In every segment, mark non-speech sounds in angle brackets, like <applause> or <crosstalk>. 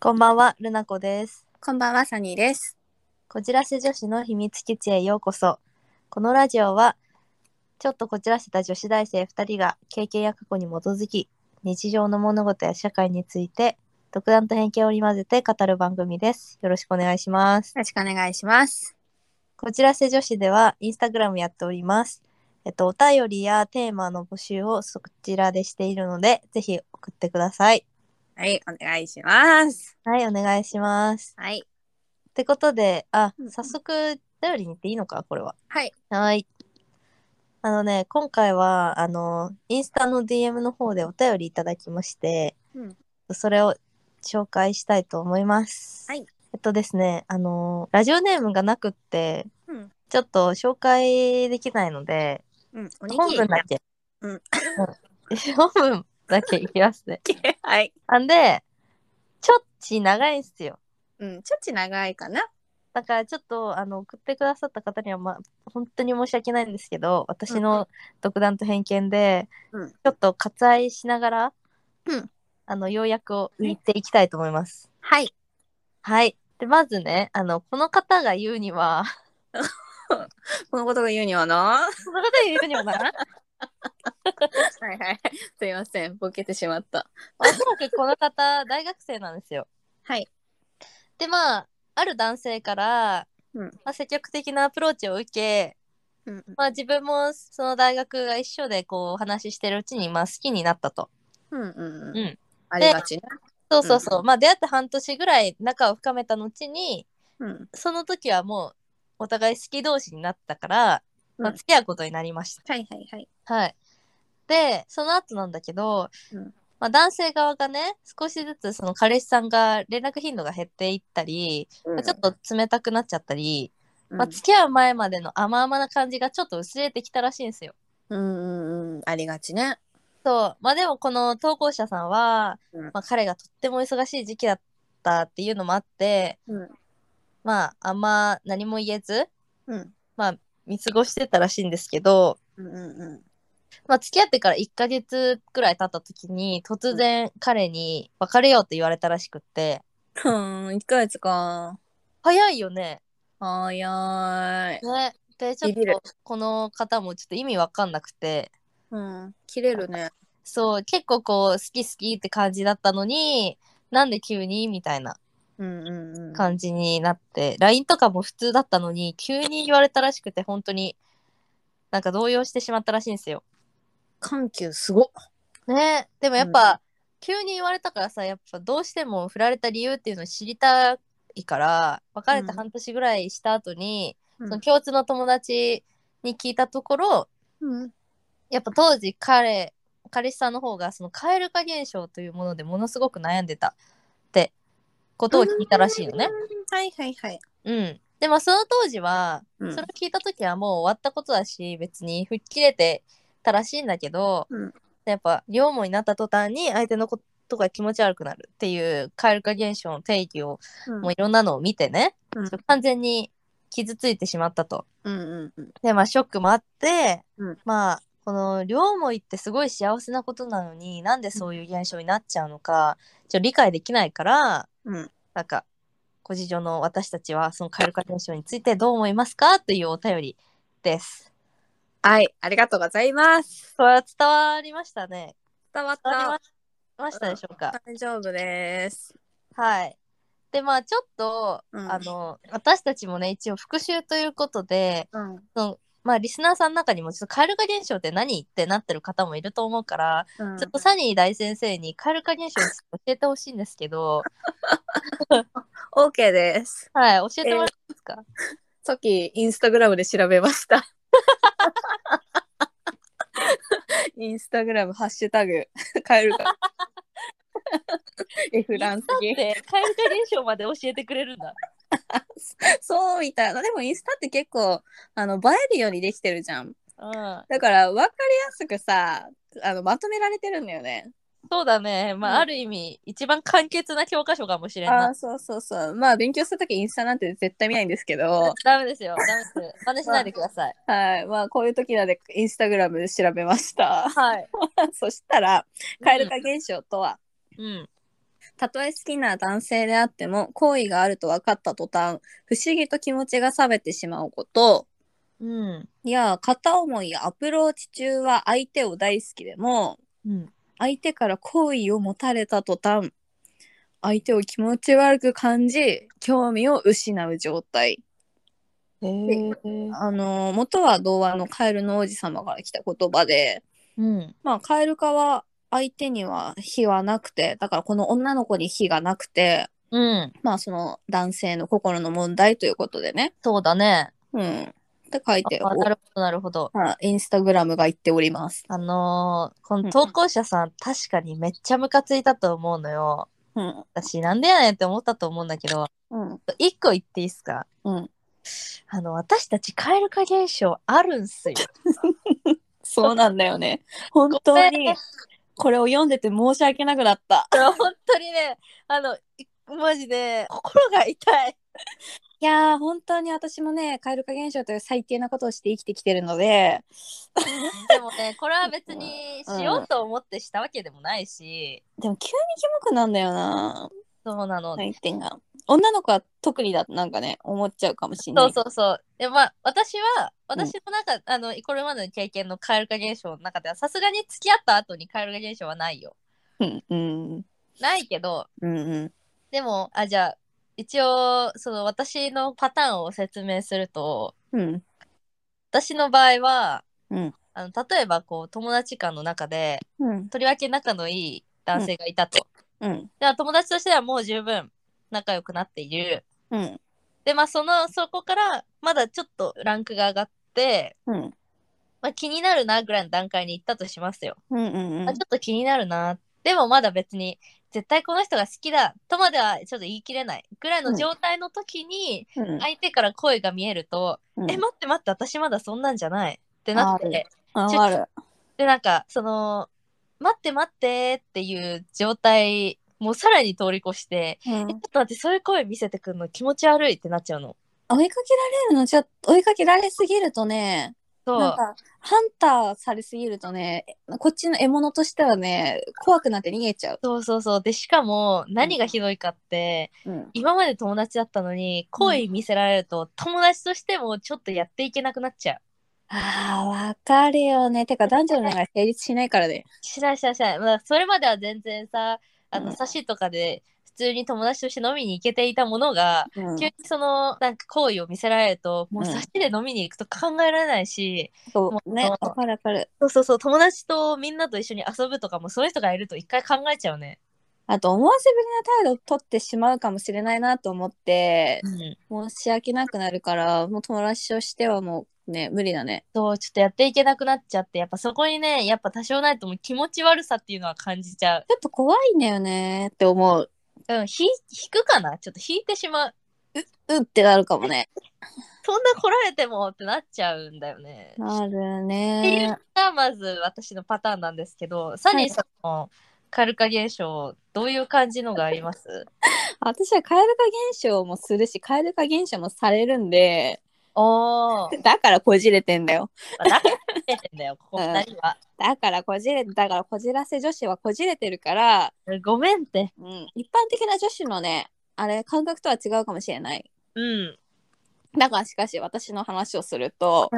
こんばんは、ルナコです。こんばんは、サニーです。こじらせ女子の秘密基地へようこそ。このラジオは、ちょっとこじらせた女子大生2人が経験や過去に基づき、日常の物事や社会について、独断と偏見を織り交ぜて語る番組です。よろしくお願いします。よろしくお願いします。こじらせ女子では、インスタグラムやっております。えっと、お便りやテーマの募集をそちらでしているので、ぜひ送ってください。はい、お願いします。はい、お願いします。はい。ってことで、あうんう、ん早速、頼りに行っていいのか、これは。はい。はい。あのね、今回は、あの、インスタの DM の方でお便りいただきまして、うんそれを紹介したいと思います。はい。えっとですね、あの、ラジオネームがなくって、うん。ちょっと紹介できないので、うん。おに本ぎり文だけ。うん <laughs> 本文だけいきますね。 <laughs> はい。あんで、ちょっち長いんすよ。うん。ちょっち長いかな。だからちょっとあの送ってくださった方には、まあ、本当に申し訳ないんですけど私うんうの独断と偏見で、うんちょっと割愛しながら、うんあの要約を言っていきたいと思います。はい。はいでまずねあのこの方が言うには <laughs> このことが言うには <laughs> な。はこの方が言うにはな <laughs> はいはい。すいません。ボケてしまった。おそらくこの方大学生なんですよ。はい。でまあある男性から、うんまあ、積極的なアプローチを受け、うん。まあ、自分もその大学が一緒でこうお話ししてるうちに、まあ、好きになったと。うんううん。ん。ありがちね。そうそうそう、うまあ出会って半年ぐらい仲を深めた後にうん。その時はもうお互い好き同士になったから、まあ、うん付き合うことになりました、はいはいはい。はいでその後なんだけど、うんまあ、男性側がね少しずつその彼氏さんが連絡頻度が減っていったり、まあちょっと冷たくなっちゃったり、うん、まあ、付き合う前までの甘々な感じがちょっと薄れてきたらしいんですようんうんうん。ありがちね。そうまあでもこの投稿者さんは、うんまあ、彼がとっても忙しい時期だったっていうのもあってうん。まあ、あんま何も言えずうん。見過ごしてたらしいんですけど、うんうんまあ、付き合ってから1ヶ月くらい経った時に突然彼に別れようと言われたらしくって、うん。うん。一ヶ月か。早いよね。早い。ねでちょっビビるとこの方もちょっと意味わかんなくてうん。切れるね。そう結構こう好き好きって感じだったのになんで急にみたいなうんうんうん。感じになって、LINE とかも普通だったのに急に言われたらしくて本当になんか動揺してしまったらしいんですよ。緩急すごっねでもやっうんぱ、急に言われたからさやっぱどうしても振られた理由っていうのを知りたいから別れてうん半年ぐらいした後に、うんその共通の友達に聞いたところうんやっぱ当時彼彼氏さんの方がその蛙化現象というものでものすごく悩んでたってことを聞いたらしいのね。はいはいはい。うん、でまあその当時は、うんそれを聞いた時はもう終わったことだし別に吹っ切れてたらしいんだけど、うんやっぱ両思いになった途端に相手のことが気持ち悪くなるっていう蛙化現象の定義を、もういろんなのを見てね、うん完全に傷ついてしまったと。うんうんうんでまあショックもあって、うんまあこの両思いってすごい幸せなことなのになんでそういう現象になっちゃうのかちょっと理解できないからうんなんかご事情の私たちはその蛙化現象についてどう思いますかというお便りです。はい、ありがとうございます。これは伝わりましたね。伝わっ伝わた。りましたでしょうか。大丈夫です。はい。でまあちょっと、うんあの私たちもね一応復習ということでうんそのまあリスナーさんの中にもちょっと蛙化現象って何ってなってる方もいると思うから、うんちょっとサニー大先生に蛙化現象について教えてほしいんですけ <laughs> ど、 OK です。はい教えてもらえますか。さっきインスタグラムで調べました。インスタグラムハッシュタグ <laughs> 変えるか。エフランスインスタって蛙化現象まで教えてくれるんだ。そうみたいな。でもインスタって結構あの映えるようにできてるじゃん。うん。だから分かりやすくさあのまとめられてるんだよね。そうだね。まあ、うんある意味、一番簡潔な教科書かもしれんあなあい。そうそうそうまあ勉強するときインスタなんて絶対見ないんです <laughs> けどダメですよ。ダメです。真似しないでくだ <laughs> さい。はいまあこういう時なんでインスタグラムで調べました <laughs> はい。そしたら蛙化現象とは、うん。たとえ好きな男性であっても好意があると分かった途端不思議と気持ちが冷めてしまうことうん。や片思いやアプローチ中は相手を大好きでもうん。相手から好意を持たれた途端相手を気持ち悪く感じ興味を失う状態へえ。あの元は童話のカエルの王子様から来た言葉でうん。まあカエル化は相手には非はなくてだからこの女の子に非がなくてうん。まあその男性の心の問題ということでねそうだね。うんって書いてあなるほど、なるほど。おまあインスタグラムが言っておりますあのーこうのん投稿者さん、確かにめっちゃムカついたと思うのよ。うん私、なんでやねんって思ったと思うんだけど、うん一個言っていいですかうんあの、私たち蛙化現象あるんすよ。そうなんだよね本当にこれを読んでて申し訳なくなった <laughs> <laughs> 本当にね、あの、いマジで、心が痛い。いやー本当に私もね蛙化現象という最低なことをして生きてきてるので <laughs> でもね、これは別にしようと思ってしたわけでもないし、でも急にキモくなんだよなそうなの。一点が女の子は特にだなんかね思っちゃうかもしれなそいうそうそう。で、まあ、私は、私の中、あの、これまでの経験の蛙化現象の中では、さすがに付き合った後に蛙化現象はないよ。うんうんないけど、うんうんでも、あ、じゃあ、一応、その私のパターンを説明すると、うん私の場合は、うんあの例えばこう友達間の中でうんとりわけ仲のいい男性がいたと、うんでは友達としてはもう十分仲良くなっているうんでまあそのそこからまだちょっとランクが上がって、うんまあ、気になるなぐらいの段階に行ったとしますよ、うんうんあちょっと気になるなでもまだ別に絶対この人が好きだとまではちょっと言い切れないぐらいの状態の時にうん相手から声が見えると「うんえ待って待って私まだそんなんじゃない」ってなっあるてああるでなんかその「待って待って」っていう状態もさらに通り越してう「んえちょっと待ってそういう声見せてくるの気持ち悪い」ってなっちゃうの。追いかけられるのちょっと追いかけられすぎるとねそなんうかハンターされすぎるとねこっちの獲物としてはね怖くなって逃げちゃうそうそうそうでしかも何がひどいかって、うん今まで友達だったのに好意見せられると、友達としてもちょっとやっていけなくなっちゃう。あーわかるよねてか男女の中で成立しないからねしないしないしない。まあ、それまでは全然さあうのん差しとかで普通に友達として飲みに行けていたものが、うん急にそのなんか好意を見せられるともううん差しで飲みに行くと考えられないし、そうねもっとわかるわかるそうそうそう友達とみんなと一緒に遊ぶとかもそういう人がいると一回考えちゃうね。あと思わせぶりな態度を取ってしまうかもしれないなと思ってうん、申し訳なくなるからもう友達としてはもうね無理だねそうちょっとやっていけなくなっちゃってやっぱそこにねやっぱ多少ないともう気持ち悪さっていうのは感じちゃう。ちょっと怖いんだよねって思ううんひ引くかなちょっと引いてしまう。うってなるかもねそんな来られてもってなっちゃうんだよね。なるっていうのねがまず私のパターンなんですけどサニーさんのカルカ現象どういう感じのがあります私は蛙化現象もするし蛙化現象もされるんでおーだからこじれてんだよ <laughs> まあ仲良くしてんだよここ2人 <laughs> は。だからこじれだからこじらせ女子はこじれてるから、ごめんって。うん、一般的な女子のねあれ感覚とは違うかもしれないうん。だがしかし私の話をすると、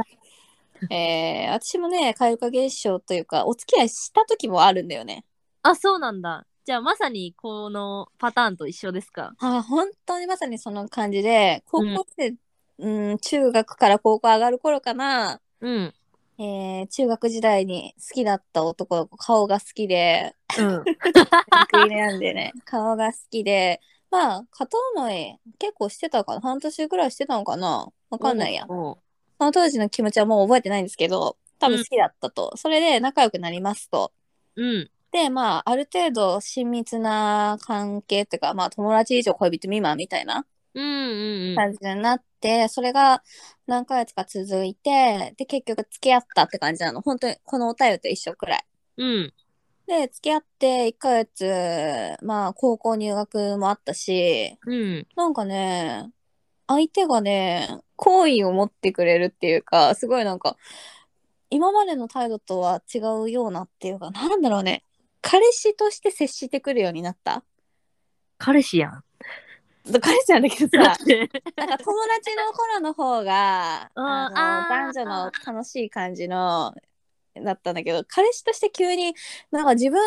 えー私もね蛙化現象というかお付き合いした時もあるんだよね。あそうなんだ。じゃあまさにこのパターンと一緒ですか。あー本当にまさにその感じで高校生、うん中学から高校上がる頃かな、うん。えー中学時代に好きだった男の子顔が好きで <laughs> うん。食い目なん <laughs> でね顔が好きでまあ片思い結構してたかな半年ぐらいしてたのかなわかんないや。おうその当時の気持ちはもう覚えてないんですけど多分好きだったと、それで仲良くなりますとうん。でまあある程度親密な関係っていうかまあ友達以上恋人未満みたいなうんうんうん。感じになって、それが何ヶ月か続いてで結局付き合ったって感じなの本当にこのお便りと一緒くらいうん。で付き合って1ヶ月まあ高校入学もあったしうん。なんかね相手がね好意を持ってくれるっていうかすごいなんか今までの態度とは違うようなっていうかなんだろうね彼氏として接してくるようになった彼氏やん。彼氏なんだけどさねなんか友達の頃の方が、うんあのあー男女の楽しい感じのだったんだけど彼氏として急になんか自分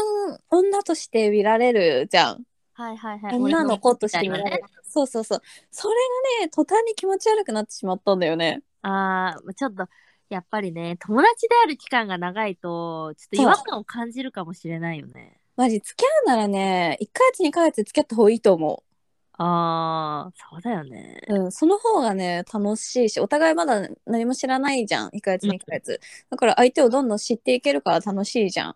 女として見られるじゃんはいはいはい。女の子として見みらたいなれねる、そうそうそうそれがね途端に気持ち悪くなってしまったんだよねああ、ちょっと、やっぱりね、友達である期間が長いと、ちょっと違和感を感じるかもしれないよね。マジ付き合うならね1ヶ月2ヶ月付き合った方がいいと思ああ、そうだよね。う、うん、その方がね楽しいしお互いまだ何も知らないじゃん1ヶ月2ヶ月だから相手をどんどん知っていけるから楽しいじゃん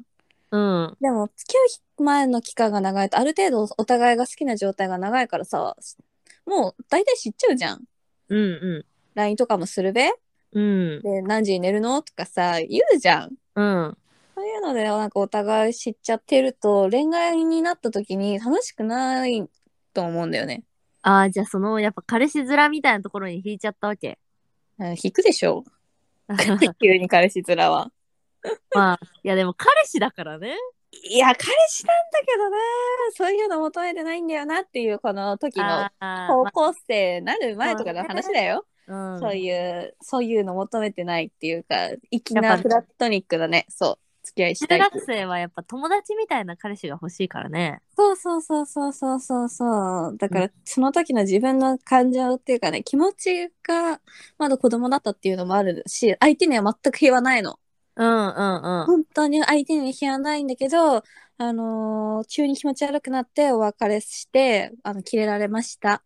うん。でも付き合う前の期間が長いとある程度お互いが好きな状態が長いからさもう大体知っちゃうじゃんうんう LINE とかもするべん。うん。で何時に寝るのとかさ言うじゃんうん。そういうのでなんかお互い知っちゃってると恋愛になった時に楽しくないと思うんだよね、ああ、じゃあその、やっぱ彼氏面みたいなところに引いちゃったわ <laughs> け。うん、引くで <laughs> しょ急に彼氏面はまあ、いやでも彼氏だからね。いや彼氏なんだけどなそういうの求めてないんだよなっていうこの時のああ高校生になる前とかの話だよまあうんそういう、そういうの求めてないっていうか、粋やっなぱプラトニックだね。そう、付き合いし中たい。学生はやっぱ友達みたいな彼氏が欲しいからね。そうそうそうそうそうそうそう。だかうら、その時の自分の感情っていうかね、気持ちがまだ子供だったっていうのもあるし、相手には全く言わないの。うんうんうん。本当に相手に言わないんだけど、あのー急に気持ち悪くなってお別れして、あの、キレられました。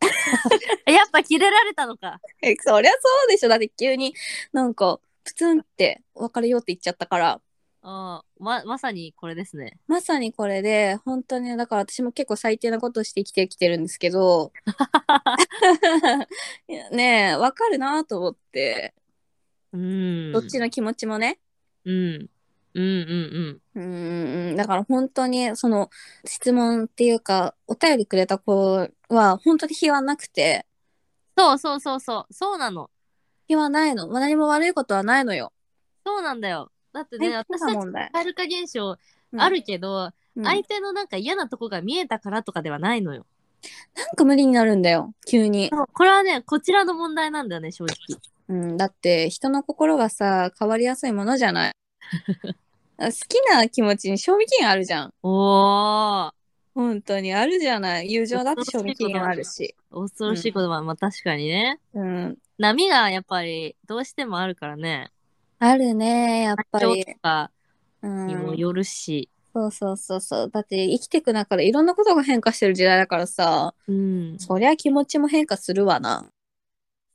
やっぱキレられたのか。え、そりゃそうでしょ。だって急になんか、プツンって別れようって言っちゃったから。うん。ま、まさにこれですね。まさにこれで本当にだから私も結構最低なことして生きてきてるんです <laughs> けどいやねえわかるなと思って、うん。どっちの気持ちもねうん。うんうんうんだから本当にその質問っていうかお便りくれた子は本当に非はなくてそうそうそうそう。そうなの。非はないの何も悪いことはないのよ。そうなんだよ。だってね、はい私そんたなち問題カル化現象あ、るけど、うんうん相手のなんか嫌なとこが見えたからとかではないのよ。なんか無理になるんだよ急に、これはね、こちらの問題なんだよね、正直。うん、だって人の心はさ変わりやすいものじゃない <laughs> 好きな気持ちに賞味期限あるじゃんおー。本当にあるじゃない友情だって賞味期限あるし、恐ろしいことは、まあ確かにね。うん、波がやっぱりどうしてもあるからね。あるねやっぱ体り調、とかうにもん、よるし。そうそうそうそうだって生きてく中でいろんなことが変化してる時代だからさうん。そりゃ気持ちも変化するわな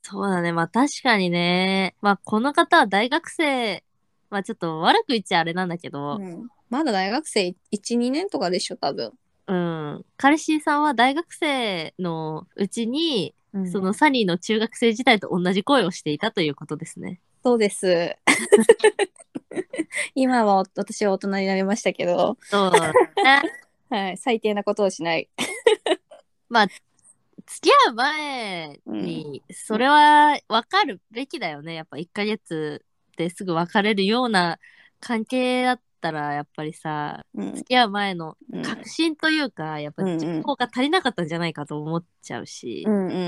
そうだね。まあ確かにね。まあこの方は大学生、まあちょっと悪く言っちゃあれなんだけど、うんまだ大学生12年とかでしょ多分、うん。彼氏さんは大学生のうちに、うんそのサニーの中学生時代と同じ恋をしていたということですね。そうです <laughs> 今は私は大人になりましたけど、そうだね。はい、最低なことをしない付き合う前に、それは分かるべきだよね。やっぱ1ヶ月ですぐ別れるような関係だったら、やっぱりさ、うん付き合う前のうん確信というか、やっぱうんうん情報が足りなかったんじゃないかと思っちゃうしう。んうんうんうんうん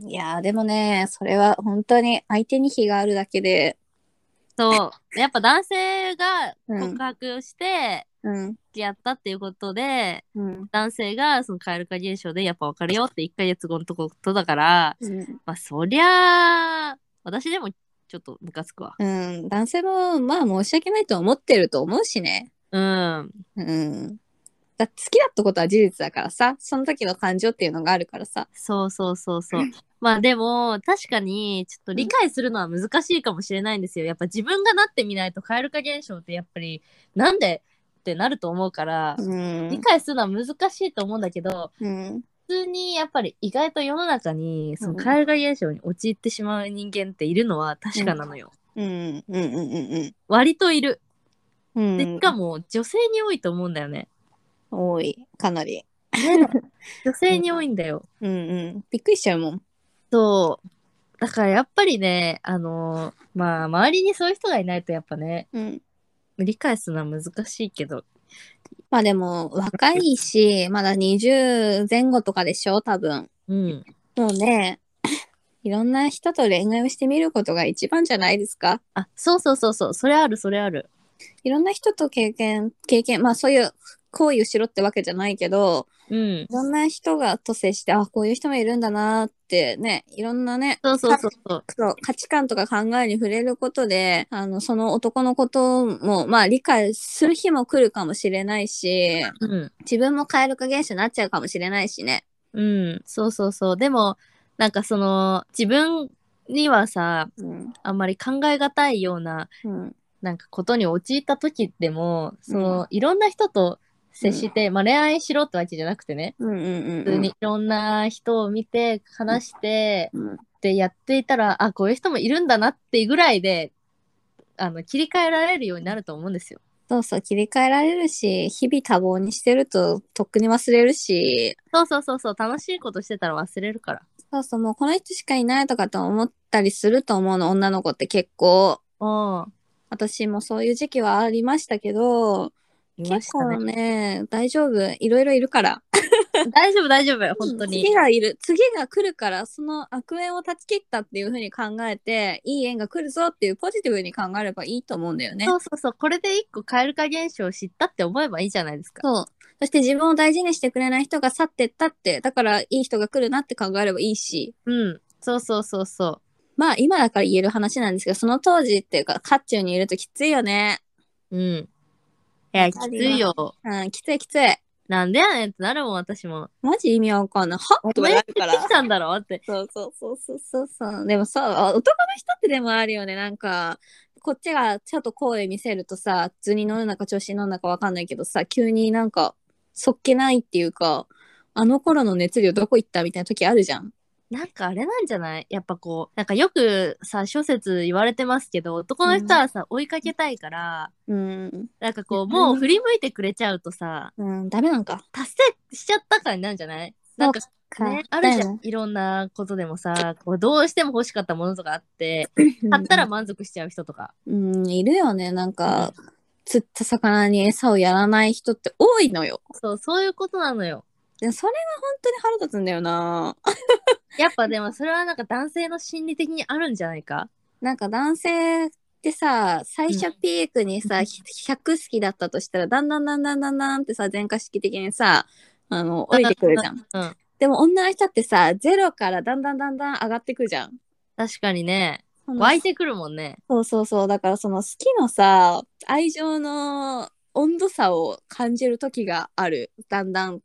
うん。いやーでもね、それは本当に相手に非があるだけで、そう。やっぱ男性がうん告白をして、うん、付き合ったっていうことで、うん、男性がそのカエル化現象でやっぱ別れようって1ヶ月後のとことだから、うん、まあそりゃあ、私でもちょっとムカつくわ。うん、男性もまあ申し訳ないと思ってると思うしね。うん。うん。だ好きだったことは事実だからさ、その時の感情っていうのがあるからさ。そうそうそうそうう。まあでも、確かに、ちょっと理解するのは難しいかもしれないんですよ。やっぱ自分がなってみないと、蛙化現象ってやっぱり、なんでってなると思うから、うん理解するのは難しいと思うんだけど、うん、普通にやっぱり意外と世の中に、そのうん蛙化現象に陥ってしまう人間っているのは確かなのよ。うん、うん、うん、うん、割といる。うん。で、しかも女性に多いと思うんだよね。多い、かなり。女性に多いんだよ。うん、うん。びっくりしちゃうもん。そう。だからやっぱりね、あのーまあ、周りにそういう人がいないとやっぱね、うん。理解するのは難しいけどまあでも、若いし、まだ20前後とかでしょ、多分。うん。もうね、いろんな人と恋愛をしてみることが一番じゃないですか。あ、そうそうそうそう。それある、それある。いろんな人と経験、経験、まあそういう行為をしろってわけじゃないけど、うんい。ろんな人がと接して、あ、こういう人もいるんだなってね、いろんなね、そうそうそうそう。そう価値観とか考えに触れることであのその男のことも、まあ、理解する日も来るかもしれないしうん。自分も蛙化現象になっちゃうかもしれないしね。うん。そうそうそう。でも、なんかその、自分にはさ、うんあんまり考えがたいような、うんなんかことに陥った時でも、その、うんいろんな人と接して、まあ恋愛しろってわけじゃなくてね、うんうん普通にいろんな人を見て、話して、うんでやっていたら、あ、こういう人もいるんだなっていうぐらいで、あの、切り替えられるようになると思うんですよ。そうそう切り替えられるし日々多忙にしてるととっくに忘れるしそうそうそうそう、楽しいことしてたら忘れるから。そうそうもうこの人しかいないとかと思ったりすると思うの女の子って結構うん。私もそういう時期はありましたけどいました結構ね。ね大丈夫いろいろいるから。大丈夫、大丈夫、本当次に。がいる次が来るからその悪縁を断ち切ったっていう風に考えていい縁が来るぞっていうポジティブに考えればいいと思うんだよね。そうそうそう、これで一個蛙化現象を知ったって思えばいいじゃないですか。そうそして自分を大事にしてくれない人が去ってったってだからいい人が来るなって考えればいいしうん。そうそうそうそう。まあ今だから言える話なんですけどその当時っていうか渦中にいるときついよね。うん。いや、きかつるよいよ。うんきついきつい。なんでやねんってなるもん、私も。マジ意味わかんない。はっおとか前なやっるてからき。たんだろって。そうそうそうそうそうそう。でもそう、男の人ってでもあるよね。なんか、こっちがちょっと声見せるとさ、図に乗るのか調子に乗るのかわかんないけどさ、急になんか、そっけないっていうか、あの頃の熱量どこ行ったみたいな時あるじゃん。なんかあれなんじゃないやっぱこう、なんかよくさ、諸説言われてますけど、男の人はさ、追いかけたいから、うん。なんかうこう、んもう振り向いてくれちゃうとさ、うん、ダメなんか。達成しちゃった感になるんじゃないなんか、ね、あるじゃん。いろんなことでもさ、こうどうしても欲しかったものとかあって、買ったら満足しちゃう人とか。うん、いるよね。なんか、釣った魚に餌をやらない人って多いのよ。そう、そういうことなのよ。でそれが本当に腹立つんだよな。やっぱでもそれはなんか男性の心理的にあるんじゃないかなんか男性ってさ最う初ピークにさ、100好きだったとしたらだんだんだんだんだんだんってさ全化式的にさあの降りてくるじゃん。うん。でも女の人ってさゼロからだんだんだんだん上がってくじゃん。確かにね、その湧いてくるもんね。そうそうそうだからその好きのさ愛情の温度差を感じる時があるだんだん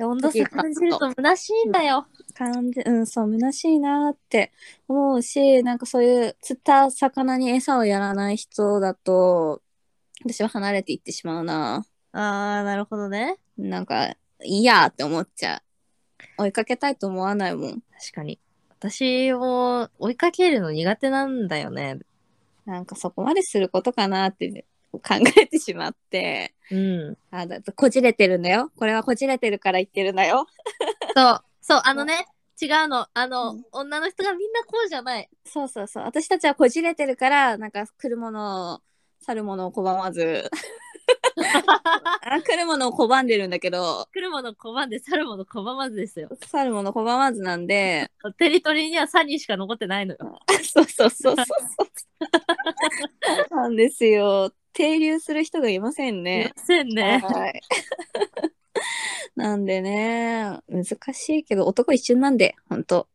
温度差感じると虚しいんだよ。感じうんそう虚しいなって思うしなんかそういう釣った魚に餌をやらない人だと私は離れていってしまうなあー、なるほどね。なんかいいやって思っちゃう追いかけたいと思わないもん確かに。私も追いかけるの苦手なんだよね。なんかそこまですることかなって考えてしまってうん。あだってこじれてるんだよこれはこじれてるから言ってるんだよそう、そう、あのね、違うの。あの、うん女の人がみんなこうじゃない。そうそうそう私たちはこじれてるからなんか来るものを去るものを拒ま <laughs> ずあ来るものを拒んでるんだけど来るもの拒んで去るもの拒まずですよ。去るもの拒まずな <laughs> んでテリトリーにはサニーしか残ってないのよ。そうそうそうそうそうなんですよ停留する人がいませんいねませんね。はい <laughs> なんでね難しいけど男一瞬なんでほんと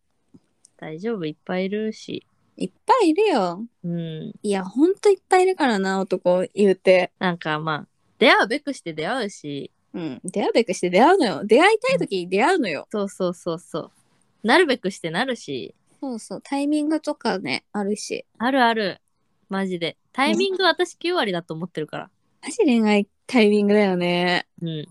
大丈夫、いっぱいいるし。いっぱいいるようん。いやほんといっぱいいるからな男言うてなんかまあ、出会うべくして出会うし、うん出会うべくして出会うのよ出会いたい時に出会うのよ、そうそうそうそう。なるべくしてなるし、そうそうタイミングとかねあるしあるある。マジで。タイミング私9割だと思ってるから。マジ恋愛タイミングだよねうん。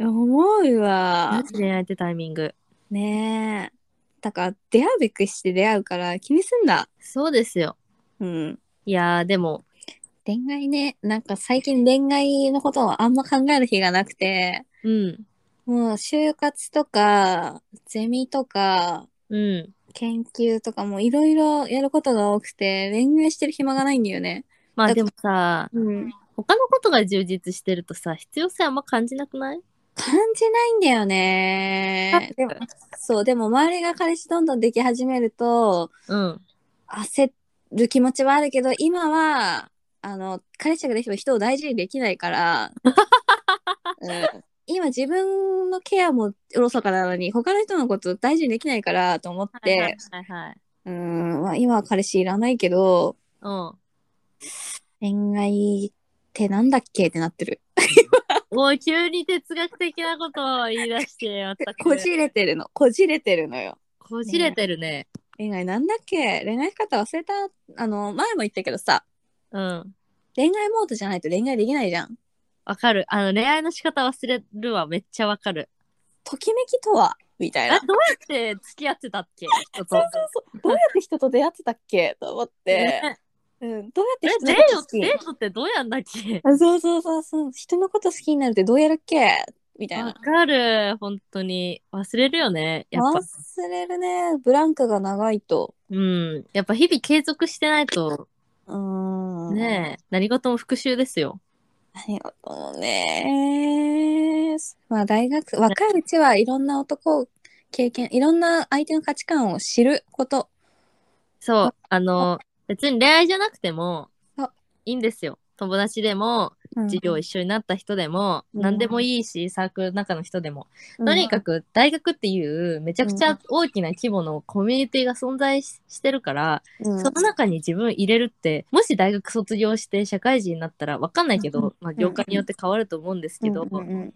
思うわマジ恋愛ってタイミング。ねえだから出会うべくして出会うから気にすんだそうですよ。うんいやー、でも、恋愛ねなんか最近恋愛のことをあんま考える日がなくてうん。もう就活とかゼミとかうん。研究とかもいろいろやることが多くて恋愛してる暇がないんだよねまあでもさ、うん他のことが充実してるとさ、必要性あんま感じなくない感じないんだよね。でもそう、でも周りが彼氏どんどんでき始めると、うん。焦る気持ちはあるけど、今は、あの、彼氏ができても人を大事にできな <laughs> いから、うん今自分のケアもおろそかなのに、他の人のこと大事にできないからと思って、はいはい。うん、まあ今は彼氏いらないけど、うん。恋愛ってなんだっけってなってる。もう急に哲学的なことを言い出して、また <laughs> こじれてるの、こじれてるのよ。こじれてるね。恋愛なんだっけ恋愛方忘れた。あの、前も言ったけどさ、うん。恋愛モードじゃないと恋愛できないじゃん。わかる。あの、恋愛の仕方忘れるわ。めっちゃわかる。ときめきとはみたいあな。どうやって付き合ってたっけ人とそうそうそう。どうやって人と出会ってたっけと思って、ねうん、どうえやって人デのーことト好きデートってどうやんだっけあそうそうそうそう。人のこと好きになるってどうやるっけみたいわな。かる。本当に。忘れるよね。やっぱ。忘れるね。ブランクが長いと。うん。やっぱ日々継続してないと、うーん。ねえ、何事も復習ですよ。何事もね。まあ大学、若いうちはいろんな男を経験、いろんな相手の価値観を知ること。そう。あの、別に恋愛じゃなくてもあ、いいんですよ。友達でも、授業一緒になった人でも、うん何でもいいし、サークルの中の人でも。とにかく、く、大学っていう、めちゃくちゃ大きな規模のコミュニティが存在ししてるから、うんその中に自分入れるって、もし大学卒業して社会人になったら、わかんないけうんうどん、まあ、業界によって変わると思うんですけど、うんうんうん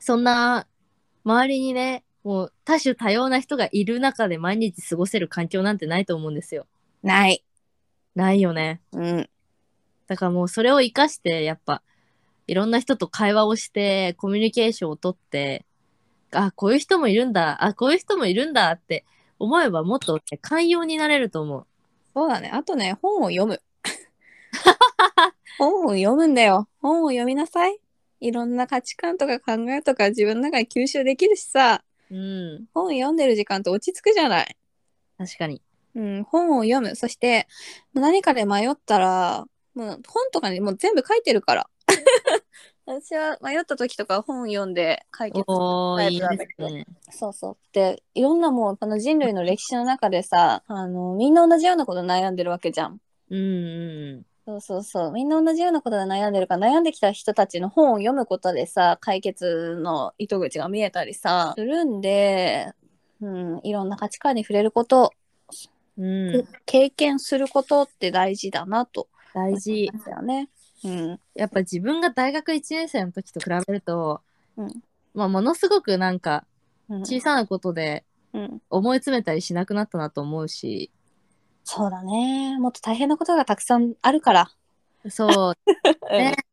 そんな周りにねもう多種多様な人がいる中で毎日過ごせる環境なんてないと思うんですよ。ない。ないよね。うん。だからもうそれを生かしてやっぱいろんな人と会話をしてコミュニケーションをとってあこういう人もいるんだあこういう人もいるんだって思えばもっとね寛容になれると思う。そうだね。あとね、本を読 <laughs> む。本を読むんだよ。本を読みなさい。いろんな価値観とか考えとか自分の中に吸収できるしさ、うん本読んでる時間って落ち着くじゃない。確かに。うん、本を読む。そして、もう何かで迷ったら、もう本とかにもう全部書いてるから。 <laughs> 私は迷った時とか本読んで解決するおターいイいプなんだでけすど。ね。そうそう。で、いろんなもう、この人類の歴史の中でさ、あの、みんな同じようなこと悩んでるわけじゃん。うんうんそうそうそう。みんな同じようなことで悩んでるから、悩んできた人たちの本を読むことでさ、解決の糸口が見えたりさ、するんで、うん、いろんな価値観に触れること、うん。うん、経験することって大事だなと大事。だよね。うん。やっぱ自分が大学1年生の時と比べると、うんまあ、ものすごくなんかうん小さなことでうん。思い詰めたりしなくなったなと思うしそうだね。もっと大変なことがたくさんあるから。 <laughs> そうねうん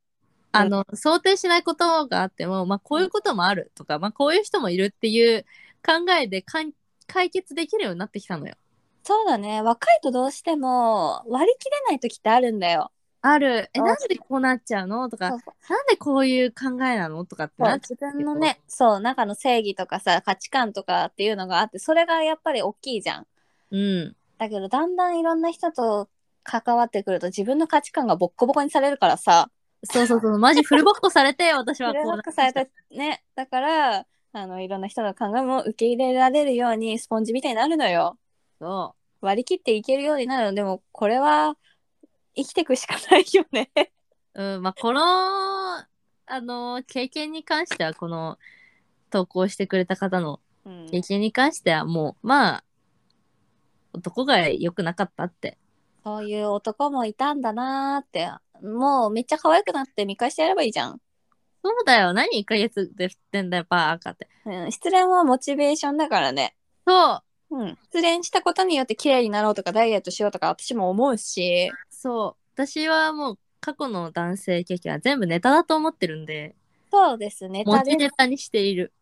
あの想定しないことがあっても、まあ、こういうこともあるとか、まあ、こういう人もいるっていう考えでかん解決できるようになってきたのよ。そうだね。若いとどうしても割り切れない時ってあるんだよ。あるえそうなんでこうなっちゃうのとかそなうんそうでこういう考えなのとかってそうなっちゃ自分のね、そう、中の正義とかさ、価値観とかっていうのがあって、それがやっぱり大きいじゃん。う、うん、だけど、だんだんいろんな人と関わってくると、自分の価値観がボッコボコにされるからさ、そうそうそうマジフルボッコされて私はブこレうロなッっクてされきたた、ね、だから、あの、いろんな人の考えも受け入れられるように、スポンジみたいになるのよ。そう割り切っていけるようになるのでもこれは生きていくしかないよね。うん、まあ、この、あの、経験に関しては、この、投稿してくれた方の <laughs> うん経験に関しては、もう、まあ、男が良くなかったって。そういう男もいたんだなーってもうめっちゃ可愛くなって見返してやればいいじゃん。そうだよ、何1ヶ月で振ってんだよ、バーカって。うん、失恋はモチベーションだからね。そう、うん、失恋したことによって綺麗になろうとかダイエットしようとか私も思うしそう。私はもう、過去の男性経験は全部ネタだと思ってるんで、そうですね持たちネタにしている。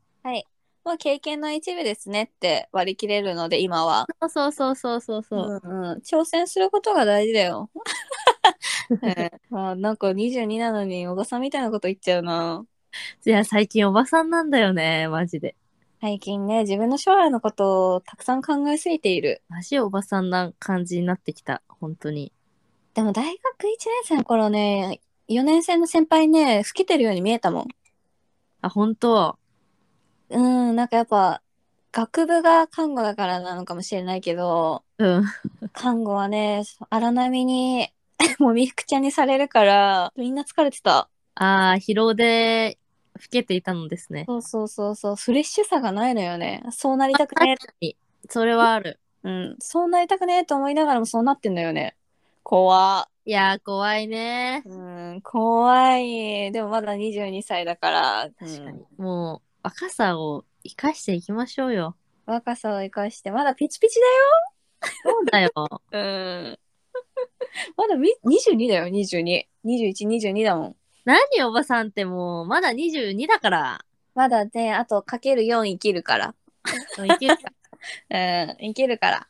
もう経験の一部ですねって割り切れるので今は、そうそうそうそうそうそう。んうん、挑戦することが大事だよ、 <laughs> うんまあ、なんか22なのにおばさんみたいなこと言っちゃうないや、最近おばさんなんだよね、マジで。最近ね、自分の将来のことをたくさん考えすぎている。マジおばさんな感じになってきた、本当に。でも大学1年生の頃ね、 4年生の先輩ね、老けてるように見えたもん。あ、本当うん、なんかやっぱ、学部が看護だからなのかもしれないけど、うん。看護はね、荒波に、 <laughs> もみふくちゃんにされるから、みんな疲れてた。ああ、疲労で老けていたのですね。そうそうそうそう、フレッシュさがないのよね。そうなりたくねそれはある。え、うん、そうなりたくねえと思いながらもそうなってんだよね。怖。いやー、怖いね。うん、怖い。でもまだ22歳だから、確かうにん。もう、若さを生かしていきましょうよ。若さを生かして、まだピチピチそうだよ。だよ。うん。まだみ22だよ、22。21、22だもん。何おばさんってもう、まだ22だから。まだね、あとかける4生きるから。いけるかうん、生きるから。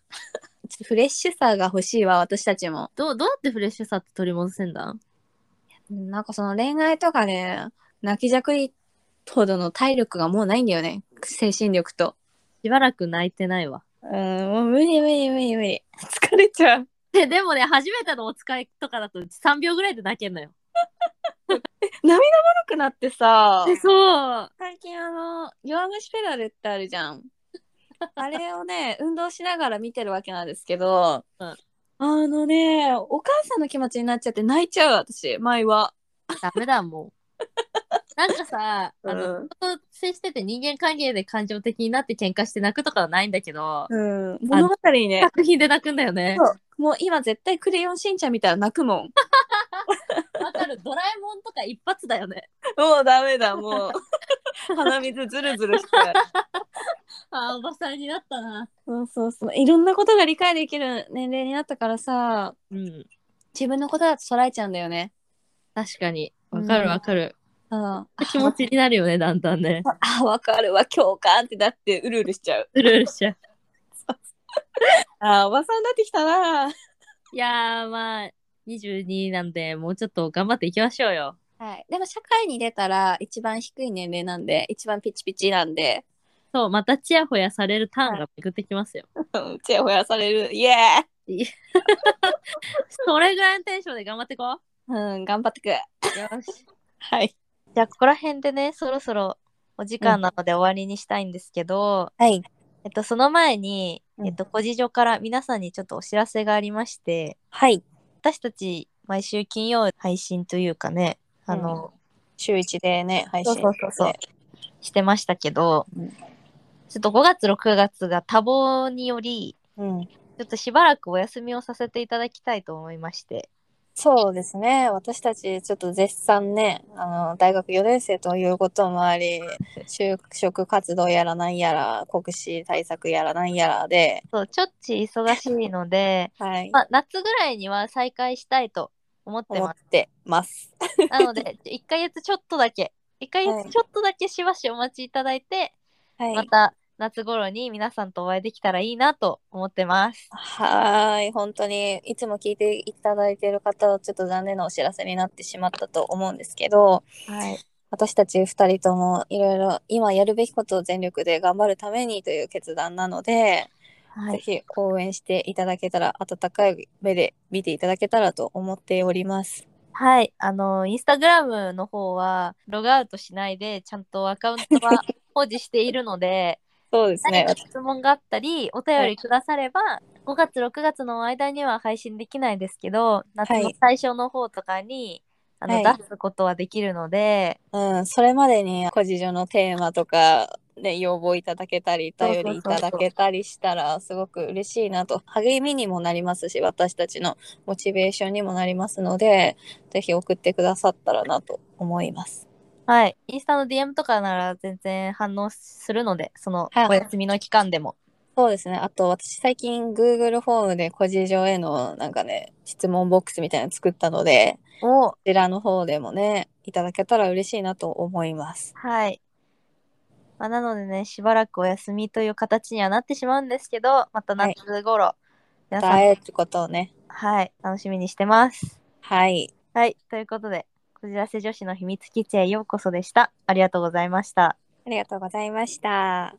ちょっとフレッシュさが欲しいわ、私たちも。どう、どうやってフレッシュさって取り戻せんだうんなんかその恋愛とかね、泣きじゃくりほどの体力がもうないんだよね。精神力と。しばらく泣いてないわ。うん、もう無理無理無理無理。 <laughs> 疲れちゃう。ででもね、初めてのお使いとかだと3秒ぐらいで泣けんのよ。悪くなってさでそう。最近あの、弱虫ペダルってあるじゃ <laughs> ん。あれをね、運動しながら見てるわけなんですけど、うんあのね、お母さんの気持ちになっちゃって泣いちゃう、私、前は。ダメだ、もう。なんかさ、あの、うん人と接してて人間関係で感情的になって喧嘩して泣くとかはないんだけど、うん、物語にね、作品で泣くんだよね。もう今絶対クレヨンしんちゃん見たら泣くもん。わかる、ドラえもんとか一発だよね。もうダメだ、 <laughs> もう。鼻水ずるずるしてる。あー、おばさんになったな。そうそうそう。いろんなことが理解できる年齢になったからさ、うん。自分のことだと捉えちゃうんだよね。確かに。わかるわかる。うん。気持ちになるよね、だんだんね。あ、わかるわ、共感ってだってうるうるしちゃう。うるうるしちゃう。あ、おばさんになってきたな。いやー、まあ、22なんで、もうちょっと頑張っていきましょうよ。はい。でも社会に出たら一番低い年齢なんで、一番ピチピチなん <laughs> で、そう、またチヤホヤされるターンが巡ってきますよ。うんちやほやされる。イエーそれぐらいのテンションで頑張ってこう。うん、頑張ってく。よし。はい。じゃあ、ここら辺でね、そろそろお時間なので終わりにしたいんですけど、はい。えっと、その前に、うんえっと、小事情から皆さんにちょっとお知らせがありまして、はい。私たち毎週金曜配信というかね、あの、週一でね、配そう信。そうそうそうしてましたけど、うんちょっと5月、6月が多忙により、うん。ちょっとしばらくお休みをさせていただきたいと思いまして、そうですね。私たち、ちょっと絶賛ね、あの、大学4年生ということもあり、就職活動やらなんやら、国試対策やらなんやらで、そうちょっち忙しいので、はい。まあ、夏ぐらいには再開したいと思って思まってます。す。なの <laughs> で、1ヶ月ちょっとだけ、1ヶはい月ちょっとだけしばしお待ちいただいて、はいま。た夏頃に皆さんとお会いできたらいいなと思ってます。はーい、本当にいつも聞いていただいている方はちょっと残念なお知らせになってしまったと思うんですけど、はい。私たち2人ともいろいろ今やるべきことを全力で頑張るためにという決断なので、はぜ。ひ応援していただけたら、温かい目で見ていただけたらと思っております。はい。あの、インスタグラムの方は、ログアウトしないで、ちゃんとアカウントは保持している <laughs> ので、そうです何ねか。質問があったり、お便りくだされば、5月、6月の間には配信できないですけど、夏の最初の方とかに、あの、はい出すことはできるので、うん、それまでに個人情のテーマとか、ね、要望いただけたり、そうそうそ頼うそうりいただけたりしたら、すごく嬉しいなと、励みにもなりますし、私たちのモチベーションにもなりますので、ぜひ送ってくださったらなと思います。はい。インスタの DM とかなら全然反応するので、そのはい、お休みの期間でも。そうですね。あと、私最近 Google フォームで個人情への、なんかね、質問ボックスみたいなの作ったので、おこちらの方でもね、いただけたら嬉しいなと思います。はい。まあ、なのでね、しばらくお休みという形にはなってしまうんですけど、また夏頃、皆さだん、えってことをね。はい、楽しみにしてます。はい。はい、ということで、こじらせ女子の秘密基地へようこそでした。ありがとうございました。ありがとうございました。